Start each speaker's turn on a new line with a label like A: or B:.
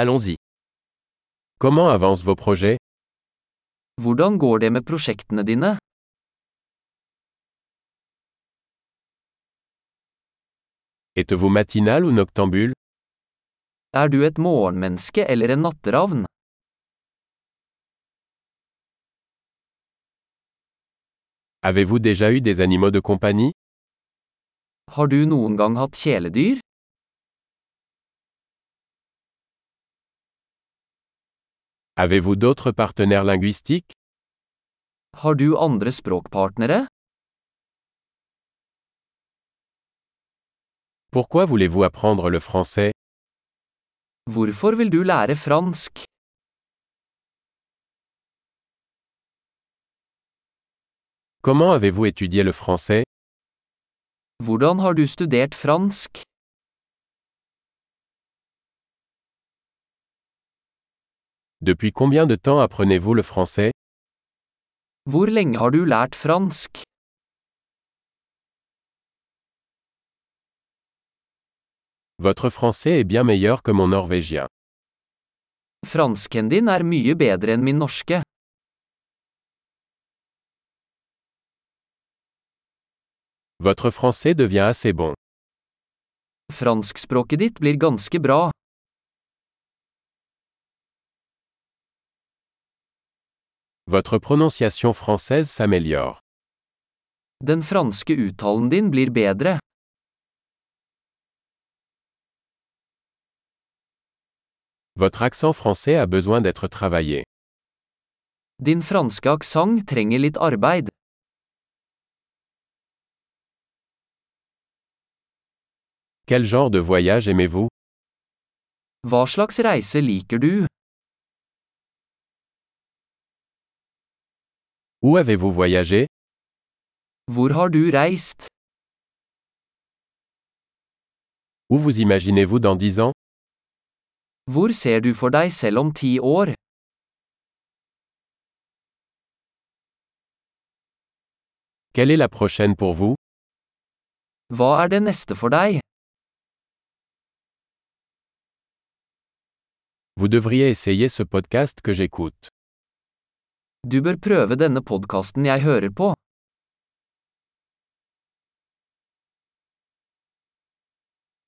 A: Allons-y.
B: Comment avancent vos projets
C: Hvordan går det med prosjektene dine?
B: Êtes-vous matinal ou noctambule
C: Er du et morgenmenneske eller en natteravn?
B: Avez-vous déjà eu des animaux de compagnie
C: Har du noen gang hatt kjæledyr?
B: Avez-vous d'autres partenaires linguistiques
C: Har du andre språkpartnere?
B: Pourquoi voulez-vous apprendre le français
C: Hvorfor vil du lære fransk?
B: Comment avez-vous étudié le français
C: Hvordan har du studert fransk?
B: Depuis combien de temps apprenez-vous le français
C: Hvor lenge har du lært fransk?
B: Votre français est bien meilleur que mon norvégien.
C: Fransken din er mye bedre enn min norske.
B: Votre français devient assez bon.
C: Franskspråket ditt blir ganske bra.
B: Votre prononciation française s'améliore.
C: Den franske uttalen din blir bedre.
B: Votre accent français a besoin d'être travaillé.
C: Din franske aksent trenger litt arbeid.
B: Quel genre de voyage aimez-vous
C: Hva slags reise liker du?
B: Où avez-vous voyagé
C: Hvor har du reist?
B: Où vous imaginez-vous dans 10 ans
C: Hvor ser du for deg selv om ti år?
B: Quelle est la prochaine pour vous
C: Hva er det neste for deg?
B: Vous devriez essayer ce podcast que j'écoute.
C: Du bør prøve denne podkasten jeg hører på.